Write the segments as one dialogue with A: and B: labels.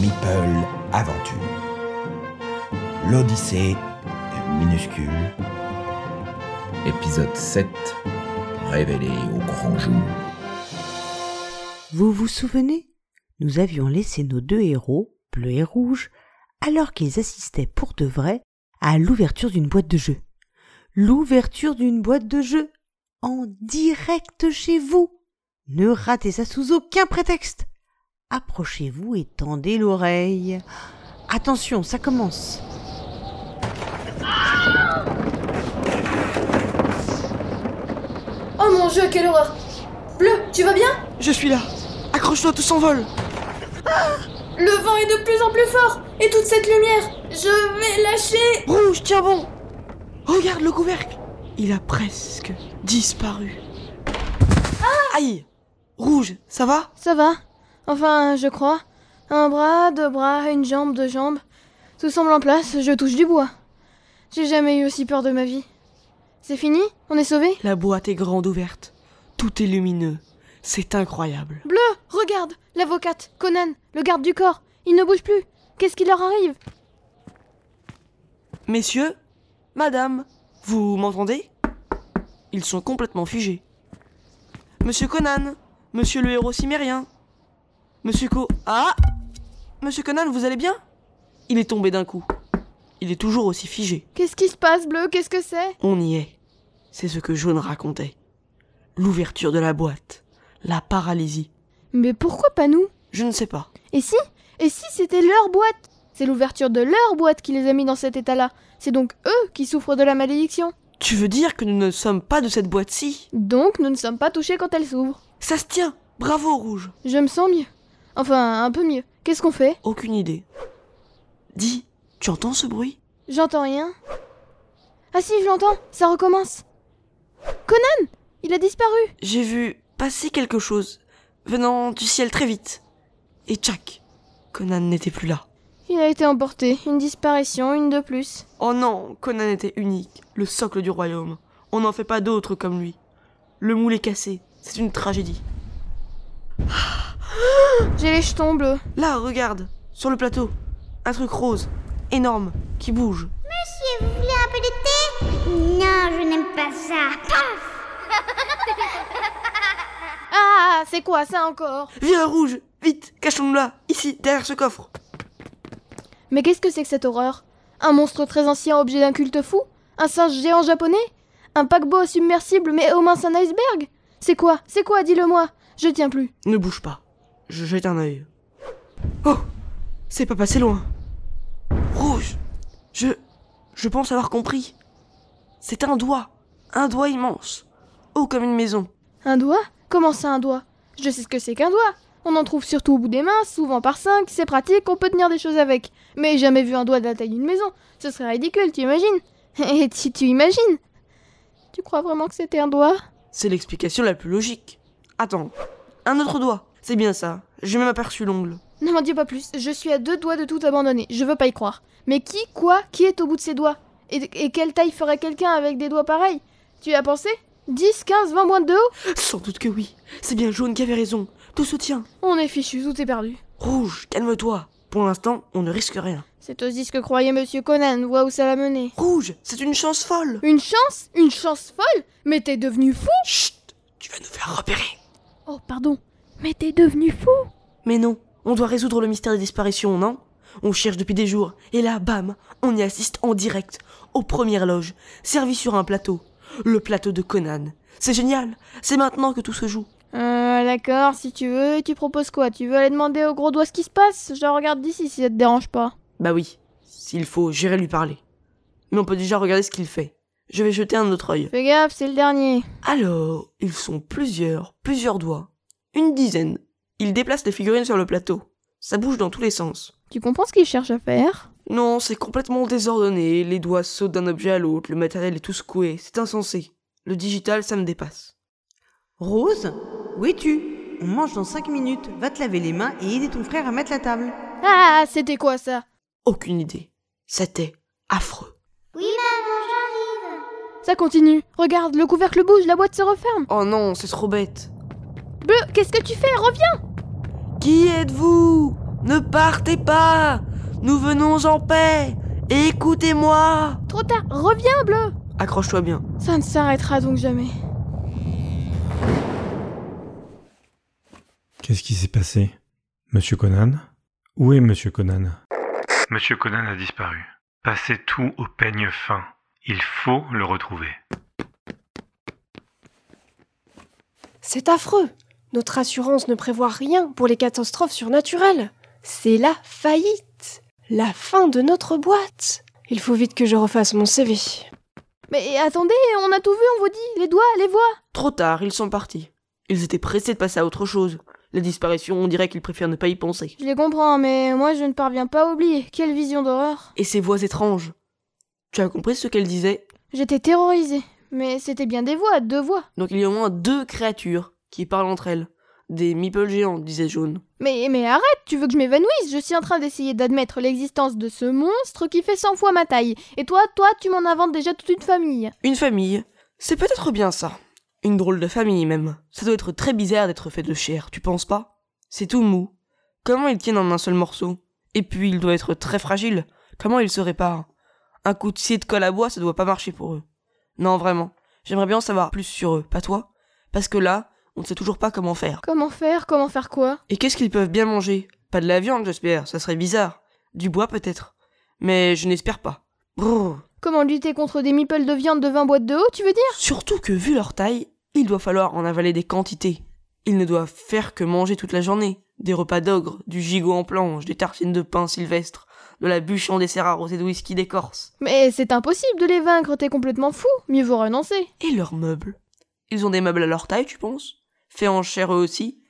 A: Meeple Aventure. L'Odyssée minuscule.
B: Épisode 7. Révélé au grand jour.
C: Vous vous souvenez Nous avions laissé nos deux héros, bleu et rouge, alors qu'ils assistaient pour de vrai à l'ouverture d'une boîte de jeu. L'ouverture d'une boîte de jeu en direct chez vous. Ne ratez ça sous aucun prétexte. Approchez-vous et tendez l'oreille. Attention, ça commence.
D: Oh mon Dieu, quelle horreur Bleu, tu vas bien
E: Je suis là. Accroche-toi, tout s'envole.
D: Le vent est de plus en plus fort et toute cette lumière, je vais lâcher.
E: Rouge, tiens bon. Regarde le couvercle. Il a presque disparu. Aïe. Rouge, ça va
D: Ça va Enfin, je crois. Un bras, deux bras, une jambe, deux jambes. Tout semble en place, je touche du bois. J'ai jamais eu aussi peur de ma vie. C'est fini On est sauvé
E: La boîte est grande ouverte. Tout est lumineux. C'est incroyable.
D: Bleu, regarde L'avocate, Conan, le garde du corps, ils ne bougent plus. Qu'est-ce qui leur arrive
E: Messieurs, madame, vous m'entendez Ils sont complètement figés. Monsieur Conan, monsieur le héros cimérien. Monsieur Co. Ah Monsieur Conan, vous allez bien Il est tombé d'un coup. Il est toujours aussi figé.
D: Qu'est-ce qui se passe, Bleu Qu'est-ce que c'est
E: On y est. C'est ce que Jaune racontait. L'ouverture de la boîte. La paralysie.
D: Mais pourquoi pas nous
E: Je ne sais pas.
D: Et si Et si c'était leur boîte C'est l'ouverture de leur boîte qui les a mis dans cet état-là. C'est donc eux qui souffrent de la malédiction.
E: Tu veux dire que nous ne sommes pas de cette boîte-ci
D: Donc nous ne sommes pas touchés quand elle s'ouvre.
E: Ça se tient Bravo, Rouge
D: Je me sens mieux. Enfin, un peu mieux. Qu'est-ce qu'on fait
E: Aucune idée. Dis, tu entends ce bruit
D: J'entends rien. Ah si, je l'entends. Ça recommence. Conan Il a disparu.
E: J'ai vu passer quelque chose, venant du ciel très vite. Et tchac Conan n'était plus là.
D: Il a été emporté. Une disparition, une de plus.
E: Oh non, Conan était unique, le socle du royaume. On n'en fait pas d'autres comme lui. Le moule est cassé, c'est une tragédie.
D: J'ai les jetons bleus.
E: Là, regarde, sur le plateau, un truc rose, énorme, qui bouge.
F: Monsieur, vous voulez un peu de thé Non, je n'aime pas ça. Paf
D: Ah, c'est quoi ça encore
E: Viens, rouge, vite, cachons-nous là, ici, derrière ce coffre.
D: Mais qu'est-ce que c'est que cette horreur Un monstre très ancien objet d'un culte fou Un singe géant japonais Un paquebot submersible mais au moins un iceberg C'est quoi C'est quoi Dis-le-moi Je tiens plus.
E: Ne bouge pas. Je jette un œil. Oh C'est pas passé loin. Rouge Je. Je pense avoir compris. C'est un doigt. Un doigt immense. Haut comme une maison.
D: Un doigt Comment ça un doigt Je sais ce que c'est qu'un doigt. On en trouve surtout au bout des mains, souvent par cinq, c'est pratique, on peut tenir des choses avec. Mais jamais vu un doigt de la taille d'une maison. Ce serait ridicule, tu imagines Et si tu imagines Tu crois vraiment que c'était un doigt
E: C'est l'explication la plus logique. Attends. Un autre doigt. C'est bien ça. J'ai même aperçu l'ongle.
D: Ne m'en dis pas plus, je suis à deux doigts de tout abandonner, je veux pas y croire. Mais qui, quoi, qui est au bout de ses doigts et, et quelle taille ferait quelqu'un avec des doigts pareils Tu y as pensé 10, 15, 20 moins de haut
E: Sans doute que oui. C'est bien Jaune qui avait raison. Tout se tient.
D: On est fichu, tout est perdu.
E: Rouge, calme-toi. Pour l'instant, on ne risque rien.
D: C'est aussi ce que croyait Monsieur Conan, vois où ça l'a mené.
E: Rouge, c'est une chance folle.
D: Une chance Une chance folle Mais t'es devenu fou
E: Chut Tu vas nous faire repérer.
D: Oh, pardon. Mais t'es devenu fou
E: Mais non, on doit résoudre le mystère des disparitions, non On cherche depuis des jours, et là, bam, on y assiste en direct, aux premières loges, servi sur un plateau. Le plateau de Conan. C'est génial, c'est maintenant que tout se joue.
D: Euh, d'accord, si tu veux, et tu proposes quoi Tu veux aller demander au gros doigt ce qui se passe Je la regarde d'ici si ça te dérange pas.
E: Bah oui, s'il faut, j'irai lui parler. Mais on peut déjà regarder ce qu'il fait. Je vais jeter un autre œil.
D: Fais gaffe, c'est le dernier.
E: Alors, ils sont plusieurs, plusieurs doigts. Une dizaine. Ils déplacent les figurines sur le plateau. Ça bouge dans tous les sens.
D: Tu comprends ce qu'il cherche à faire
E: Non, c'est complètement désordonné, les doigts sautent d'un objet à l'autre, le matériel est tout secoué, c'est insensé. Le digital, ça me dépasse.
G: Rose, où es-tu On mange dans 5 minutes. Va te laver les mains et aider ton frère à mettre la table.
D: Ah, c'était quoi ça
E: Aucune idée. C'était affreux.
F: Oui, maman, j'arrive.
D: Ça continue. Regarde, le couvercle bouge, la boîte se referme.
E: Oh non, c'est trop bête.
D: Bleu, qu'est-ce que tu fais Reviens
E: Qui êtes-vous Ne partez pas Nous venons en paix Écoutez-moi
D: Trop tard, reviens, Bleu
E: Accroche-toi bien.
D: Ça ne s'arrêtera donc jamais.
H: Qu'est-ce qui s'est passé Monsieur Conan Où est Monsieur Conan
I: Monsieur Conan a disparu. Passez tout au peigne fin. Il faut le retrouver.
J: C'est affreux. Notre assurance ne prévoit rien pour les catastrophes surnaturelles. C'est la faillite. La fin de notre boîte. Il faut vite que je refasse mon CV.
D: Mais attendez, on a tout vu, on vous dit, les doigts, les voix
E: Trop tard, ils sont partis. Ils étaient pressés de passer à autre chose. La disparition, on dirait qu'ils préfèrent ne pas y penser.
D: Je les comprends, mais moi je ne parviens pas à oublier. Quelle vision d'horreur
E: Et ces voix étranges. Tu as compris ce qu'elles disaient
D: J'étais terrorisée. Mais c'était bien des voix, deux voix.
E: Donc il y a au moins deux créatures qui parlent entre elles. Des meeples géants, disait Jaune.
D: Mais, mais arrête, tu veux que je m'évanouisse Je suis en train d'essayer d'admettre l'existence de ce monstre qui fait 100 fois ma taille. Et toi, toi, tu m'en inventes déjà toute une famille.
E: Une famille. C'est peut-être bien ça. Une drôle de famille même. Ça doit être très bizarre d'être fait de chair, tu penses pas C'est tout mou. Comment ils tiennent en un seul morceau Et puis il doit être très fragile. Comment ils se réparent Un coup de scie et de colle à bois, ça doit pas marcher pour eux. Non, vraiment. J'aimerais bien en savoir plus sur eux, pas toi Parce que là, on ne sait toujours pas comment faire.
D: Comment faire Comment faire quoi
E: Et qu'est-ce qu'ils peuvent bien manger Pas de la viande, j'espère, ça serait bizarre. Du bois peut-être. Mais je n'espère pas. Brrr.
D: Comment lutter contre des meeples de viande de 20 boîtes de haut, tu veux dire
E: Surtout que vu leur taille, il doit falloir en avaler des quantités. Ils ne doivent faire que manger toute la journée. Des repas d'ogre, du gigot en planche, des tartines de pain sylvestre, de la bûche en dessert arrosée de whisky d'écorce.
D: Mais c'est impossible de les vaincre, t'es complètement fou. Mieux vaut renoncer.
E: Et leurs meubles Ils ont des meubles à leur taille, tu penses Faits en chair eux aussi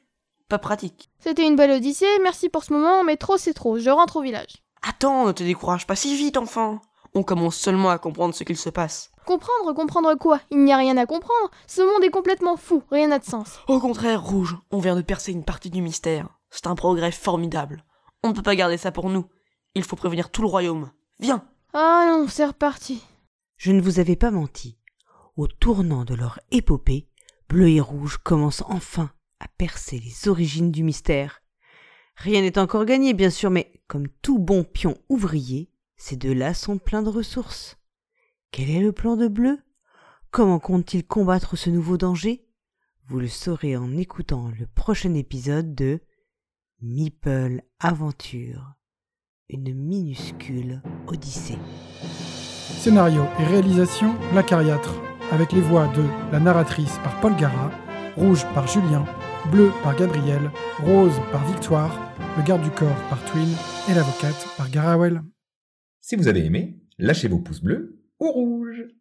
E: Pas pratique.
D: C'était une belle odyssée, merci pour ce moment, mais trop c'est trop, je rentre au village.
E: Attends, ne te décourage pas si vite, enfin On commence seulement à comprendre ce qu'il se passe.
D: Comprendre, comprendre quoi Il n'y a rien à comprendre. Ce monde est complètement fou, rien n'a de sens.
E: Au contraire, Rouge, on vient de percer une partie du mystère. C'est un progrès formidable. On ne peut pas garder ça pour nous. Il faut prévenir tout le royaume. Viens
D: Ah non, c'est reparti.
C: Je ne vous avais pas menti. Au tournant de leur épopée, Bleu et Rouge commencent enfin à percer les origines du mystère.
G: Rien n'est encore gagné, bien sûr, mais comme tout bon pion ouvrier, ces deux-là sont pleins de ressources.
C: Quel est le plan de Bleu Comment compte-t-il combattre ce nouveau danger Vous le saurez en écoutant le prochain épisode de Meeple Aventure, une minuscule odyssée.
K: Scénario et réalisation La Cariatre, avec les voix de la narratrice par Paul Gara, Rouge par Julien, Bleu par Gabriel, Rose par Victoire, le garde du corps par Twin et l'avocate par Garawell.
B: Si vous avez aimé, lâchez vos pouces bleus ou rouges.